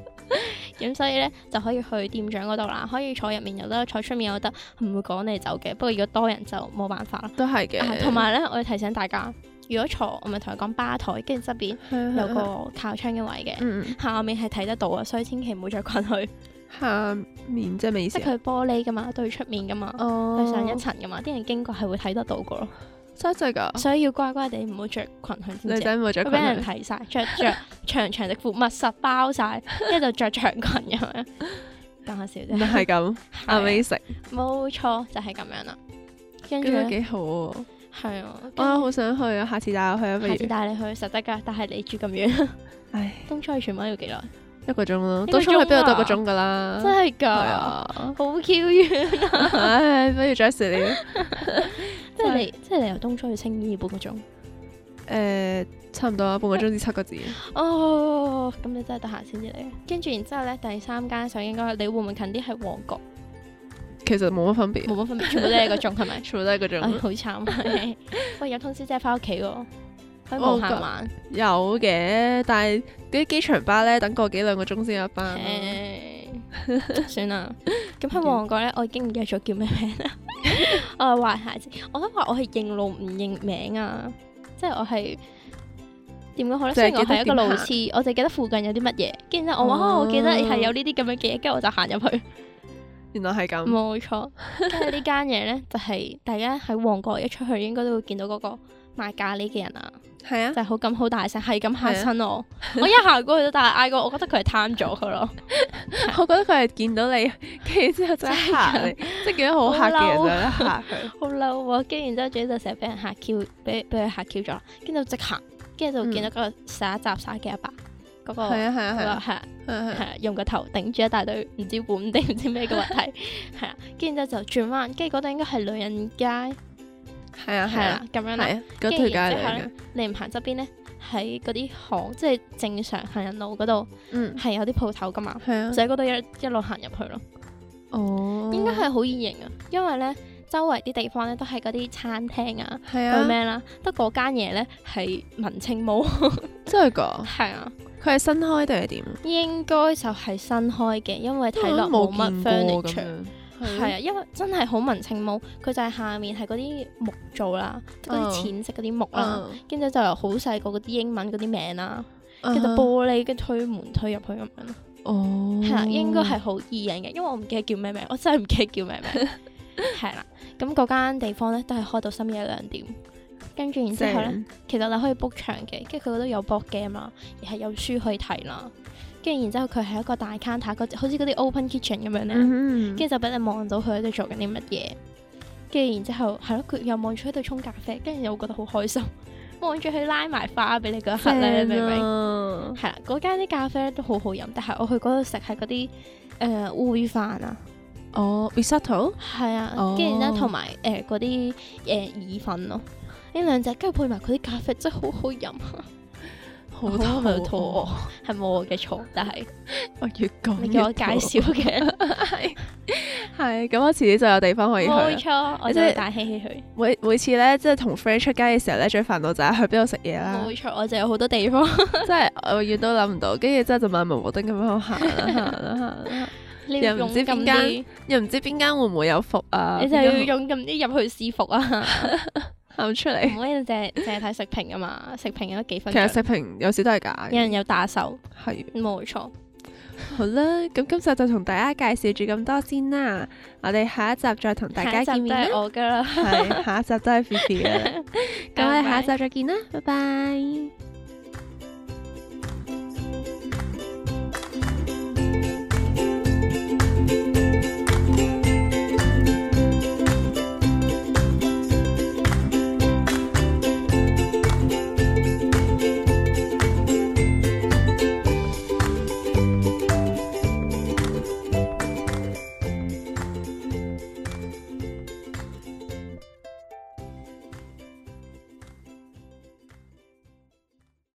Speaker 5: 咁所以咧就可以去店長嗰度啦，可以坐入面又得，坐出面又得，唔會趕你走嘅。不過如果多人就冇辦法啦。
Speaker 6: 都係
Speaker 5: 啊
Speaker 6: 嘅，
Speaker 5: 同埋咧，我要提醒大家，如果坐，我咪同你講吧台，跟住側邊有個靠窗嘅位嘅，
Speaker 6: 嗯嗯
Speaker 5: 下面係睇得到啊，所以千祈唔好着裙去，
Speaker 6: 下面即係咩意
Speaker 5: 即
Speaker 6: 思啊
Speaker 5: 係佢玻璃噶嘛，對出面噶嘛，
Speaker 6: 哦
Speaker 5: 對上一層噶嘛，啲人經過係會睇得到噶咯，
Speaker 6: 真係㗎，
Speaker 5: 所以要乖乖地唔好着裙去，知唔
Speaker 6: 女
Speaker 5: 知啊？
Speaker 6: 仔冇着
Speaker 5: 會
Speaker 6: 裙
Speaker 5: 俾人
Speaker 6: 去，
Speaker 5: 睇晒，着着長長隻褲密實包晒，跟住就着長裙咁樣，講下笑
Speaker 6: 唔
Speaker 5: 啫，
Speaker 6: 係咁
Speaker 5: 係啊
Speaker 6: ，amazing，
Speaker 5: 冇錯就係咁樣啦。跟住
Speaker 6: 咁都
Speaker 5: 呢
Speaker 6: 幾好喎，
Speaker 5: 係啊，
Speaker 6: 我
Speaker 5: 跟住
Speaker 6: 好想去啊，下次帶我去啊，不
Speaker 5: 下次
Speaker 6: 如，
Speaker 5: 帶你去實得㗎，但係你住咁遠。
Speaker 6: 唉，
Speaker 5: 東涌去荃灣要幾耐？
Speaker 6: 一個鐘咯，
Speaker 5: 一個
Speaker 6: 到出去邊
Speaker 5: 鐘
Speaker 6: 度得
Speaker 5: 啊
Speaker 6: 個鐘㗎啦，
Speaker 5: 真係
Speaker 6: 係
Speaker 5: 㗎，
Speaker 6: 啊，
Speaker 5: 好 Q 遠，
Speaker 6: 唉，不如 Jesse 你。
Speaker 5: 即係你即係你由東涌去青衣半個鐘。
Speaker 6: 誒、差唔多啦，半個鐘至七個字。
Speaker 5: 哦，咁你真係得閒先至嚟。跟住然之後咧，第三間想應該你會唔會近啲係旺角？
Speaker 6: 其實冇乜分別，？
Speaker 5: 冇乜分別，全部都係一個鐘係咪
Speaker 6: 全部都係嗰種。
Speaker 5: 唉，哎好慘啊！喂，有通宵姐翻屋企喎，可以
Speaker 6: 哦
Speaker 5: 無限玩。
Speaker 6: 有嘅，但係啲機場巴咧，等個幾兩個鐘先有一班咯。
Speaker 5: 唉
Speaker 6: 嗯
Speaker 5: 算啦。咁喺旺角咧，我已經唔記得咗叫咩名啦。 我係壞孩子，我想話我係認路唔認名啊，即係我係點講好咧？
Speaker 6: 就
Speaker 5: 雖
Speaker 6: 係
Speaker 5: 然我係一個
Speaker 6: 記得
Speaker 5: 路
Speaker 6: 點行
Speaker 5: 痴，我就記得附近有啲乜嘢，跟住咧我話、
Speaker 6: 哦
Speaker 5: 啊我記得係有呢啲咁樣嘅嘢，跟住我就行入去。
Speaker 6: 原來係咁。
Speaker 5: 冇錯，跟住呢間嘢咧就係、大家喺旺角一出去應該都會見到嗰個賣咖喱嘅人啊，
Speaker 6: 係
Speaker 5: 就
Speaker 6: 啊，
Speaker 5: 係好咁好大聲，係啊咁嚇親我。我一行過去都大嗌過，我覺得佢係貪咗佢咯。
Speaker 6: 我覺得佢係見到你，跟住之後就係嚇你，即係見到好嚇嘅人就一嚇佢。
Speaker 5: 好嬲啊！跟住然之後，自己就成日俾人嚇 Q，俾俾佢嚇 Q 咗啦。跟住就即行，跟住就見到嗰個耍雜耍嘅阿伯，嗰、個
Speaker 6: 係啊係
Speaker 5: 嗰
Speaker 6: 啊係啊
Speaker 5: 個嗯係啊
Speaker 6: 係啊，係
Speaker 5: 係
Speaker 6: 啊
Speaker 5: 啊用個頭頂住一大堆唔知碗定 唔知咩嘅物體，係啦。跟住之後就轉彎，跟住嗰度應該係女人街，係啊
Speaker 6: 係啊係
Speaker 5: 啦
Speaker 6: 啊
Speaker 5: 咁樣啦。
Speaker 6: 係啊，嗰條街嚟
Speaker 5: 跟住然之後
Speaker 6: 嘅
Speaker 5: 呢。你唔行側邊咧，喺嗰啲巷，即係正常行人路嗰度
Speaker 6: 嗯，
Speaker 5: 係有啲鋪頭噶嘛，
Speaker 6: 係啊
Speaker 5: 就。喺嗰度一一路行入去咯。
Speaker 6: 哦，
Speaker 5: 應該係好易型啊，因為咧周圍啲地方咧都係嗰啲餐廳啊。
Speaker 6: 係
Speaker 5: 有
Speaker 6: 啊，
Speaker 5: 咩啦？得嗰間嘢咧係文青帽，
Speaker 6: 真係㗎。
Speaker 5: 係啊，
Speaker 6: 佢係新開定係點？
Speaker 5: 應該就係新開嘅，因為睇落
Speaker 6: 我
Speaker 5: 冇
Speaker 6: 都
Speaker 5: 乜
Speaker 6: 冇見過咁
Speaker 5: furniture，
Speaker 6: 樣。
Speaker 5: 係啊，因為真係好文青帽，佢就係下面係嗰啲木做啦，即係嗰啲
Speaker 6: 嗯
Speaker 5: 淺色嗰啲木啦，
Speaker 6: 嗯，
Speaker 5: 跟住就有好細個嗰啲英文嗰啲名啦，
Speaker 6: 跟
Speaker 5: 跟住玻璃跟住推門推入去咁樣咯，
Speaker 6: 哦，
Speaker 5: 係啦，應該係好易影嘅，因為我唔記得叫咩名，我真係唔記得叫咩 名，係啦，咁嗰間地方咧都係開到深夜兩點，跟住然之後咧。
Speaker 6: 正
Speaker 5: 其實你可以 book 場嘅，跟住佢嗰度有 board game 啦，而係有書可以睇啦。跟住然之後佢係一個大 counter，嗰好似嗰啲 open kitchen 咁樣咧，跟
Speaker 6: 嗯
Speaker 5: 住、就俾你望到佢喺度做緊啲乜嘢。跟住然之後係咯，佢又望住喺度沖咖啡，跟住又覺得好開心，望住佢拉埋花俾你嗰一刻咧，你明唔明？
Speaker 6: 明？
Speaker 5: 係啦，嗰間啲咖啡咧都好好飲，但係我去嗰度食係嗰啲誒煨飯啊，
Speaker 6: 哦，risotto，
Speaker 5: 係啊
Speaker 6: 哦，
Speaker 5: 跟住然之後同埋誒嗰啲誒意粉咯，呢兩隻跟住配埋佢啲咖啡真係好好飲。
Speaker 6: 好
Speaker 5: 好
Speaker 6: 多
Speaker 5: 肚餓，係冇我嘅 錯，但係
Speaker 6: 我越講
Speaker 5: 你叫我介紹嘅，
Speaker 6: 係咁，我遲啲就有地方可以
Speaker 5: 冇
Speaker 6: 去。
Speaker 5: 錯，我
Speaker 6: 即
Speaker 5: 就
Speaker 6: 係
Speaker 5: 會帶希希去，
Speaker 6: 每每次咧，即係同 friend 出街嘅時候咧，最煩惱就係去邊度食嘢啦，
Speaker 5: 冇錯，我就有好多 地方，呢
Speaker 6: 即係呃我永遠都諗唔到，跟住之後就漫無目的咁樣行啦行啦行啦，
Speaker 5: 要
Speaker 6: 又唔
Speaker 5: 勇
Speaker 6: 知
Speaker 5: 敢
Speaker 6: 邊間
Speaker 5: 啲，
Speaker 6: 又唔知邊間會唔會有服啊？
Speaker 5: 你就
Speaker 6: 邊
Speaker 5: 要
Speaker 6: 間
Speaker 5: 勇敢啲入去試服啊，
Speaker 6: 喊出
Speaker 5: 唔
Speaker 6: 嚟。
Speaker 5: 可以淨係淨係睇食評啊嘛，食評有幾分
Speaker 6: 其實
Speaker 5: 準，
Speaker 6: 食評有時都係假
Speaker 5: 有
Speaker 6: 嘅，
Speaker 5: 人有打手，
Speaker 6: 係
Speaker 5: 冇錯，
Speaker 6: 好啦。咁今集就同大家介紹住咁多先啦，我哋下一集再同大
Speaker 5: 下
Speaker 6: 家
Speaker 5: 一集
Speaker 6: 見
Speaker 5: 都
Speaker 6: 面啦
Speaker 5: 係。我噶啦。
Speaker 6: 係，下一集都係 Fifi 嘅。咁我哋下一集再見啦，拜拜。